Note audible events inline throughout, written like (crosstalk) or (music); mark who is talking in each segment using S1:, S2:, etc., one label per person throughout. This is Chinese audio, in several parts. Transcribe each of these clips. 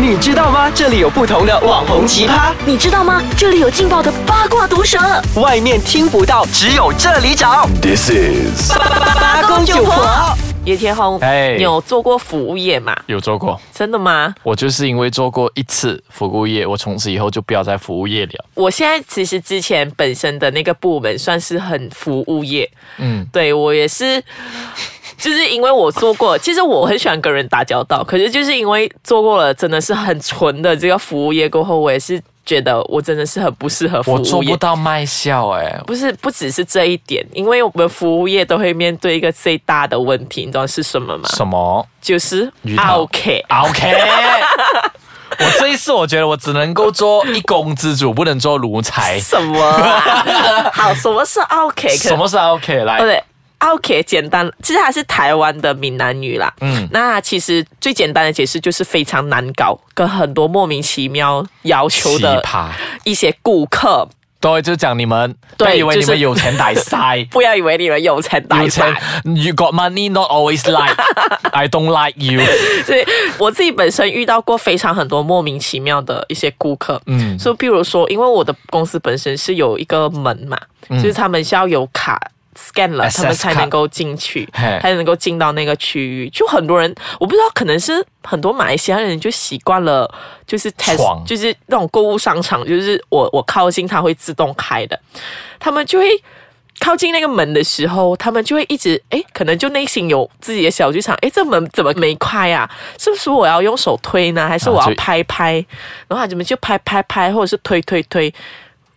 S1: 你知道吗？这里有不同的网红奇葩，
S2: 你知道吗？这里有劲爆的八卦毒舌，
S1: 外面听不到，只有这里找。
S3: This is
S1: 八公九婆，
S4: 野田红，
S3: 哎
S4: 你有做过服务业吗？
S3: 有做过，
S4: 真的吗？
S3: 我就是因为做过一次服务业，我从此以后就不要再服务业了。
S4: 我现在其实之前本身的那个部门算是很服务业，
S3: 嗯，
S4: 对我也是，就是因为我做过，其实我很喜欢跟人打交道，可是就是因为做过了真的是很纯的这个服务业过后，我也是觉得我真的是很不适合服
S3: 我做
S4: 务
S3: 不
S4: 业。
S3: 到卖笑哎、
S4: 不是，不只是这一点，因为我们服务业都会面对一个最大的问题，你知道是什么吗？
S3: 什么
S4: 就是
S3: 鱼
S4: 啊
S3: 头
S4: OK，
S3: ？OK，我这一次我觉得我只能够做一公之主，不能做奴才。
S4: 什么、
S3: (laughs)
S4: 啊？好，什么是 OK？可哎
S3: 什么是 OK？来
S4: 哦，对。OK，简单，其实它是台湾的闽南语啦。嗯，那其实最简单的解释就是非常难搞，跟很多莫名其妙要求
S3: 奇
S4: 的
S3: 葩，
S4: 一些顾客。
S3: 对，就讲你们，
S4: 对
S3: 不要以为
S4: 就
S3: 你
S4: 是
S3: 们有钱大晒。
S4: 不要以为你们有钱 (laughs) 大
S3: 有钱
S4: 晒，
S3: ，You got money, not always like. I don't like
S4: (laughs)
S3: you.
S4: 所以我自己本身遇到过非常很多莫名其妙的一些顾客。
S3: 嗯
S4: 嗯，所以比如说，因为我的公司本身是有一个门嘛，就是他们是要有卡。scan 了，
S3: 嗯 Access
S4: 他们才
S3: card
S4: 能够进去，
S3: 嘿
S4: 才能够进到那个区域。就很多人，我不知道，可能是很多马来西亚人就习惯了，就是
S3: 闯
S4: test，就是那种购物商场，就是我我靠近它会自动开的，他们就会靠近那个门的时候，他们就会一直哎，可能就内心有自己的小剧场，哎，这门怎么没开啊？是不是我要用手推呢？还是我
S3: 啊
S4: 要
S3: 就
S4: 拍拍？然后他们就拍拍拍，或者是推推推。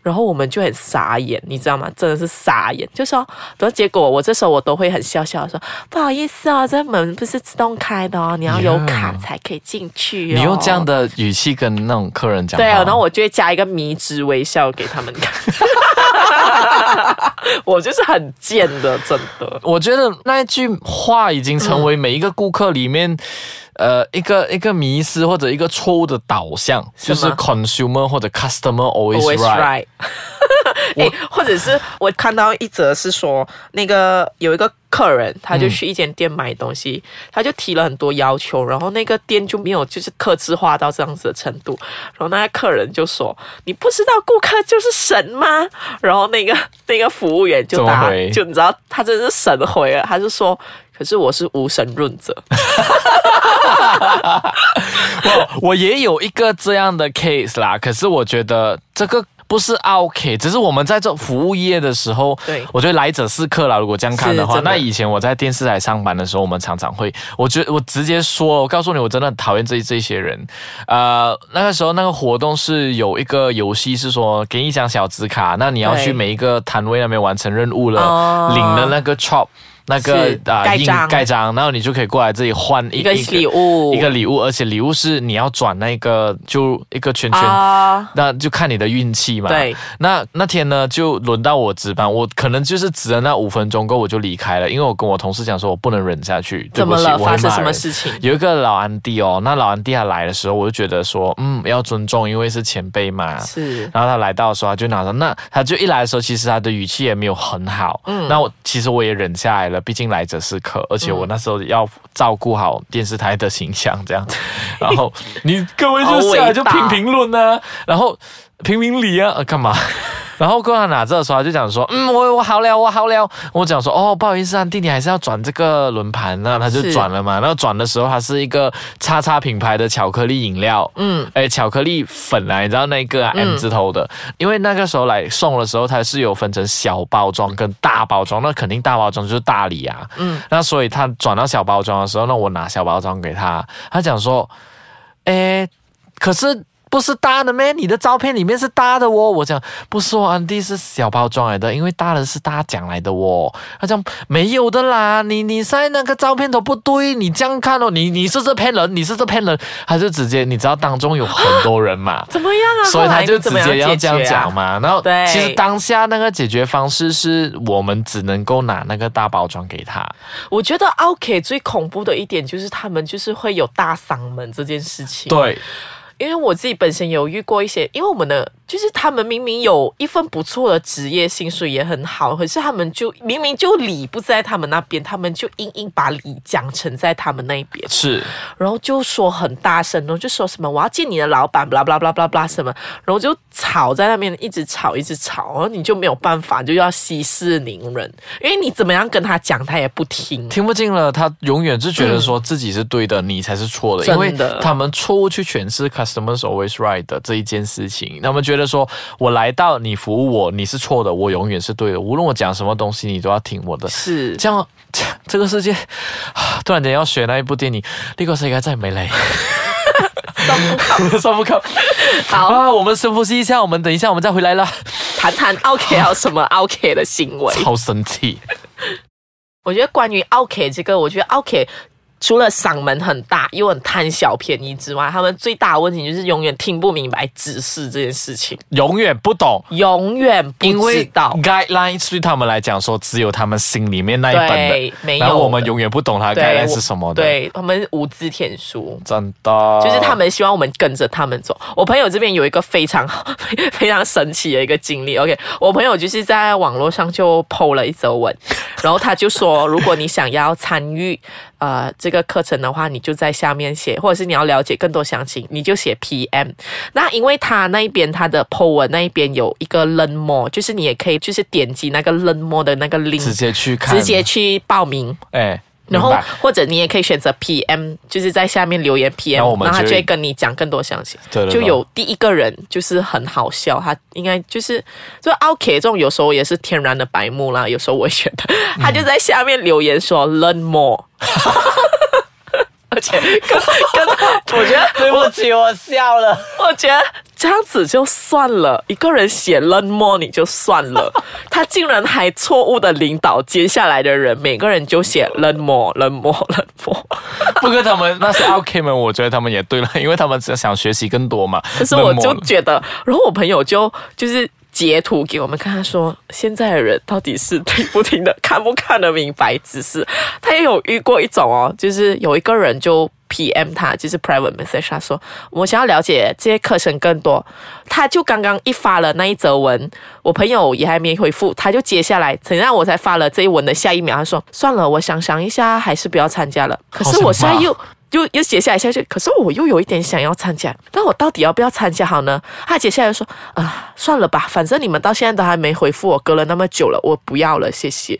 S4: 然后我们就很傻眼，你知道吗？真的是傻眼，就说，然后结果我这时候我都会很笑笑地说，不好意思哦，这门不是自动开的哦，你要有
S3: Yeah
S4: 卡才可以进去、哦。
S3: 你用这样的语气跟那种客人讲话，
S4: 对啊，然后我就会加一个迷之微笑给他们看。 (laughs) 我就是很贱的，真的。
S3: 我觉得那一句话已经成为每一个顾客里面，呃，一个一个迷失或者一个错误的导向，
S4: 是
S3: 就
S4: 吗
S3: 是 consumer 或者 customer always
S4: Always
S3: right。 (laughs)
S4: right。哎、或者是我看到一则是说，那个有一个客人，他
S3: 嗯
S4: 就去一间店买东西，他就提了很多要求，然后那个店就没有就是客制化到这样子的程度，然后那个客人就说：“你不知道顾客就是神吗？”然后那个那个服务员就
S3: 怎么
S4: 答
S3: 回，
S4: 就你知道他真的是神回了，他就说：“可是我是无神论者。”
S3: (laughs) 我我也有一个这样的 case 啦，可是我觉得这个。不是 OK，只是我们在做服务业的时候，
S4: 对
S3: 我觉得来者是客啦。如果这样看的话，
S4: 是真的
S3: 那以前我在电视台上班的时候，我们常常会，我觉我直接说，我告诉你，我真的很讨厌这这些人。呃，那个时候那个活动是有一个游戏，是说给你一张小纸卡，那你要
S4: 对
S3: 去每一个摊位那边完成任务了，
S4: 哦
S3: 领了那个 chop。那个
S4: 是
S3: 啊、
S4: 盖
S3: 印
S4: 章
S3: 盖章，然后你就可以过来这里换一
S4: 一个礼物
S3: 一个礼物，而且礼物是你要转那个就一个圈圈，
S4: 啊，
S3: 那就看你的运气嘛。
S4: 对，
S3: 那那天呢就轮到我值班，我可能就是值了那五分钟过后我就离开了，因为我跟我同事讲说我不能忍下去，对
S4: 怎
S3: 不
S4: 么
S3: 起，
S4: 了？
S3: 我会
S4: 发生
S3: 骂
S4: 什么
S3: 人
S4: 事情？
S3: 有一个老安迪哦，那老安迪他来的时候，我就觉得说，嗯，要尊重，因为是前辈嘛。
S4: 是
S3: 然后他来到的时候，他就拿着那，他就一来的时候，其实他的语气也没有很好。嗯，那我其实我也忍下来了，毕竟来者是客，而且我那时候要照顾好电视台的形象，这
S4: (laughs)
S3: 样。然后你各位就下来就
S4: 好伟
S3: 评
S4: 大。
S3: 评论呢、然后评评理啊，呃干嘛？ (laughs) 然后过来拿着的时候，他就讲说，嗯，我我好了，我好了。我讲说，哦，不好意思，安迪，你还是要转这个轮盘那他就是转了嘛。然后转的时候，它是一个叉叉品牌的巧克力饮料，嗯，哎，巧克力粉啊，你知道那个、啊 M 字头的，因为那个时候来送的时候，它是有分成小包装跟大包装，那肯定大包装就是大礼啊，嗯，那所以他转到小包装的时候，那我拿小包装给他，他讲说，哎，可是不是搭的咩？你的照片里面是搭的哦。我讲不是哦，安迪是小包装来的，因为搭的是大奖来的哦。他讲没有的啦，你你晒那个照片都不对，你这样看哦，你你是这骗人，你是这骗人，他就直接你知道当中有很多人嘛
S4: (laughs) 怎么样啊？
S3: 所以
S4: 后
S3: 他
S4: 来
S3: 就
S4: 你
S3: 直
S4: 怎么
S3: 接要
S4: 解
S3: 这
S4: 决
S3: 样
S4: 啊
S3: 讲嘛，然后
S4: 对
S3: 其实当下那个解决方式是我们只能够拿那个大包装给他，
S4: 我觉得 OK 最恐怖的一点就是他们就是会有大嗓门这件事情。，
S3: 对，
S4: 因为我自己本身有遇过一些，因为我们的就是他们明明有一份不错的职业，薪水也很好，可是他们就明明就理不在他们那边，他们就硬硬把理讲成在他们那一边，
S3: 是
S4: 然后就说很大声哦，就说什么我要见你的老板，巴拉巴拉巴拉巴拉巴拉什么，然后就吵在那边，一直吵一直吵，然后你就没有办法，就要息事宁人，因为你怎么样跟他讲，他也不听。
S3: 听不进了，他永远是觉得说自己是对的，你才是错的，因为
S4: 嗯真的
S3: 他们错误去诠释 “customers always right” 的这一件事情，他们觉得说我来到你服务我，你是错的，我永远是对的，无论我讲什么东西，你都要听我的。
S4: 是，
S3: 这样， (laughs) 这这个世界啊突然间要学那一部电影，呢個世界真係美麗， (laughs) 受不了，(laughs)
S4: 好
S3: 啊！我们深呼吸一下，我们等一下我们再回来啦，
S4: 谈谈 OK 还有什么 OK 的行为？
S3: 超生气。
S4: 我觉得关于 OK 这个，我觉得 OK 除了嗓门很大又很贪小便宜之外，他们最大的问题就是永远听不明白指示这件事情，
S3: 永远不懂，
S4: 永远
S3: 因
S4: 不知
S3: 为
S4: 道。
S3: guidelines 对他们来讲说，只有他们心里面那一
S4: 对
S3: 本的，
S4: 没
S3: 然后
S4: 有
S3: 我们
S4: 的
S3: 永远不懂他的
S4: 对，
S3: guidelines
S4: 我
S3: 是什么的，，
S4: 对他们无知天书。
S3: 真的，
S4: 就是他们希望我们跟着他们走。我朋友这边有一个非常 (laughs) 非常神奇的一个经历。OK，我朋友就是在网络上就 PO 了一则文，然后他就说，如果你想要参与呃这个课程的话，你就在下面写，或者是你要了解更多详情，你就写 PM。那因为他那一边他的 PO 文那一边有一个 Learn More，就是你也可以就是点击那个 Learn More 的那个 link，
S3: 直接去看，
S4: 直接去报名。
S3: 哎，
S4: 然后
S3: 明白
S4: 或者你也可以选择 PM，就是在下面留言 PM，
S3: 那我们
S4: 然后他
S3: 就
S4: 就
S3: 会
S4: 会跟你讲更多详情。
S3: 对对
S4: 就
S3: 对
S4: 有第一个人就是很好笑，他应该就是就 OK 这种有时候也是天然的白目啦，有时候我也觉得
S3: 嗯
S4: 他就在下面留言说 learn more。而且跟跟，我觉得
S1: (laughs) 对不起，我笑了。
S4: 我觉得这样子就算了，一个人写 learn more 你就算
S3: (laughs)
S4: 了，他竟然还错误的领导接下来的人，每个人就写 learn more learn more learn more。
S3: 不过他们那些 OK 们，我觉得他们也对了， (laughs) 因为他们只想学习更多嘛。
S4: 可
S3: 可
S4: 是我就觉得，然后我朋友就就是截图给我们看，他说现在的人到底是听不听的，看不看得明白只是他也有遇过一种哦，就是有一个人就 PM 他，就是 private message，他说我想要了解这些课程更多，他就刚刚一发了那一则文，我朋友也还没回复，他就接下来，怎样我才发了这一文的下一秒，他说算了，我想想一下，还是不要参加了。可
S3: 好
S4: 是
S3: 想
S4: 我现在
S3: 骂
S4: 又。又又写下来下去，可是我又有一点想要参加，那我到底要不要参加好呢？他接下来就说啊、算了吧，反正你们到现在都还没回复我，隔了那么久了，我不要了，谢谢。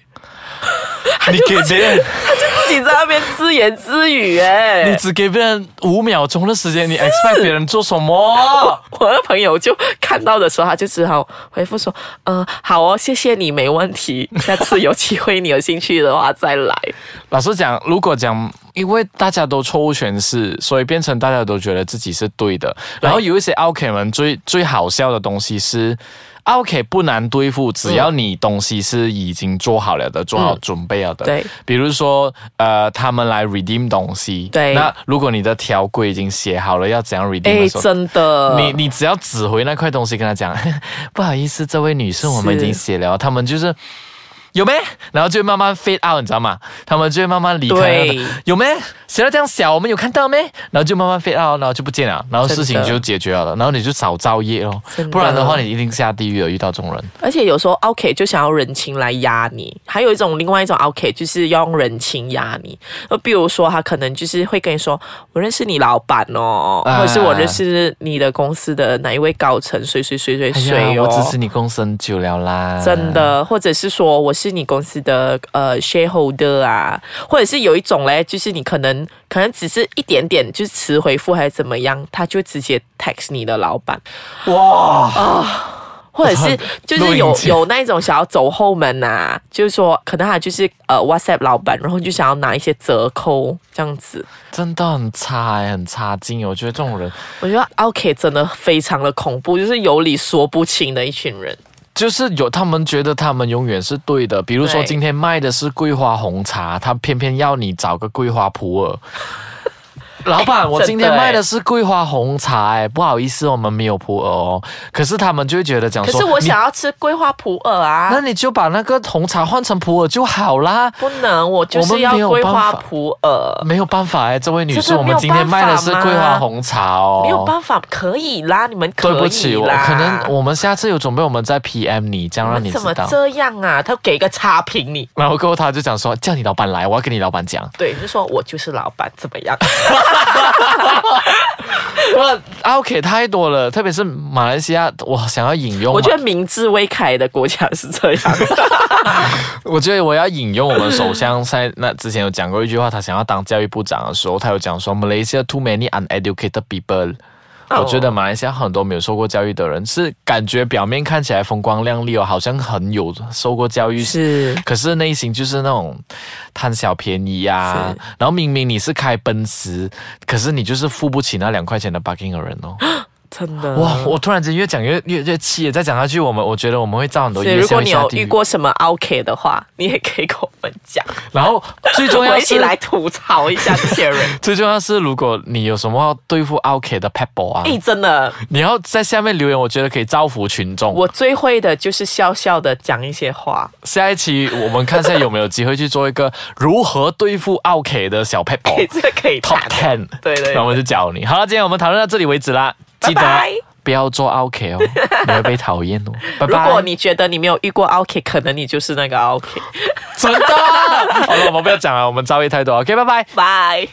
S3: 你给别
S4: (laughs)
S3: 人，
S4: 自己在那边自言自语、欸，
S3: 你只给别人五秒钟的时间，
S4: (laughs)
S3: 你 expect 别人做什么？
S4: 我的朋友就看到的时候，他就只好回复说：“嗯、好哦，谢谢你，没
S3: (laughs)
S4: 问题。下次有机会你有兴趣的话再来。
S3: 老实讲，如果讲，因为大家都错误诠释，所以变成大家都觉得自己是对的。然后有一些 OK 们最最好笑的东西是。OK 不难对付，只要你东西是已经做好了的，做好准备了的。
S4: 嗯对，
S3: 比如说呃，他们来 redeem 东西。
S4: 对
S3: 那如果你的条规已经写好了要怎样 redeem
S4: 哎，
S3: 的时候，
S4: 真的，
S3: 你你只要指挥那块东西跟他讲， (laughs) 不好意思，这位女士，我们已经写了，他们就是。有没？然后就慢慢 fade out，你知道吗？他们就会慢慢离开
S4: 对。
S3: 有没？写到这样小，我们有看到没？然后就慢慢 fade out，然后就不见了，然后事情
S4: 真的
S3: 就解决了，然后你就少造业咯
S4: 真。的
S3: 不然的话，你一定下地狱了。遇到这种人，
S4: 而且有时候 OK 就想要人情来压你，还有一种另外一种 OK 就是要用人情压你。呃，比如说他可能就是会跟你说：“我认识你老板哦，
S3: 啊
S4: 或者是我认识你的公司的哪一位高层，谁谁谁谁
S3: 哎
S4: 谁哦。
S3: 呀，我支持你共生久了啦。
S4: 真的，或者是说我是你公司的呃 shareholder 啊，或者是有一种嘞，就是你可能可能只是一点点，就是迟回复还是怎么样，他就直接 text 你的老板，啊
S3: 哇，
S4: 或者是就是
S3: 录
S4: 有
S3: 音机
S4: 有那一种想要走后门呐、就是说可能他就是呃 WhatsApp 老板，然后就想要拿一些折扣这样子。
S3: 真的很差哎，很差劲。我觉得这种人
S4: 我觉得啊 OK 真的非常的恐怖，就是有理说不清的一群人。
S3: 就是有他们觉得他们永远是对的，比如说
S4: 对
S3: 今天卖的是桂花红茶，他偏偏要你找个桂花普洱。老板，我今天
S4: 真的欸
S3: 卖的是桂花红茶、哎，不好意思，我们没有普洱哦。可是他们就会觉得讲哦
S4: 可
S3: 说，
S4: 是我
S3: 你
S4: 想要吃桂花普洱
S3: 那
S4: 啊，
S3: 你就把那个红茶换成普洱就好啦。
S4: 不能，我就
S3: 我
S4: 是
S3: 们没
S4: 要
S3: 有
S4: 桂
S3: 办
S4: 花
S3: 法
S4: 普洱，
S3: 没有办法哎、这位女士，
S4: 这个
S3: 我
S4: 没有
S3: 们今天卖的是
S4: 办法吗
S3: 桂花红茶哦。
S4: 没有办法，可以啦，你们可以
S3: 对
S4: 啦。
S3: 不起，我可能我们下次有准备，我们再 PM 你，这样让你
S4: 怎
S3: 知
S4: 么
S3: 道。
S4: 这样啊？他给一个差评你，
S3: 然后过后他就讲说，叫你老板来，我要跟你老板讲。
S4: 对，就说我就是老板，怎么
S3: (laughs)
S4: 样？
S3: 啊 OK 太多了，特别是马来西亚，我想要引用，
S4: 我觉得明智未开的国家是这样。
S3: 我觉得我要引用我们首相在那之前有讲过一句话，他想要当教育部长的时候，他有讲说 Malaysia too many uneducated people。我
S4: 哦
S3: 觉得马来西亚很多没有受过教育的人，是感觉表面看起来风光亮丽哦，好像很有受过教育，
S4: 是
S3: 可是内心就是那种贪小便宜呀、
S4: 是
S3: 然后明明你是开奔驰，可是你就是付不起那两块钱的 parking 的人哦。
S4: 真的
S3: 哇！我突然间越讲越越越气耶，再讲下去，我们我觉得我们会造很多
S4: 所以
S3: 业
S4: 如果
S3: 下
S4: 你
S3: 下
S4: 有
S3: 地
S4: 遇
S3: 狱。
S4: 过什么 OK 的话，你也可以跟我们
S3: (laughs)
S4: 讲，
S3: 然后最重
S4: (laughs) 我
S3: 要
S4: 一起
S3: 是，。
S4: 来吐槽一下这些人
S3: 最重要是，如果你有什么要对付 OK 的 pebble 啊，
S4: 哎，真的，
S3: 你要在下面留言，我觉得可以造福群众。
S4: 我最会的就是笑笑的讲一些话。
S3: 下一期我们看一下有没有机会去做一个如何对付 OK 的小 pebble。
S4: 给这个 (laughs) (laughs) 可以
S3: Top
S4: 谈
S3: Ten，
S4: 对对对
S3: 那我们就教你。好了，今天我们讨论到这里为止啦，记得
S4: 拜拜
S3: 不要做 OK 哦，
S4: (laughs)
S3: 你会被讨厌哦。拜
S4: 如
S3: 拜。
S4: 果你觉得你没有遇过 OK，可能你就是那个 OK。
S3: 啊
S4: (laughs)
S3: 真的，好了，我们不要讲了，我们遭遇太多。OK，拜拜。
S4: 拜。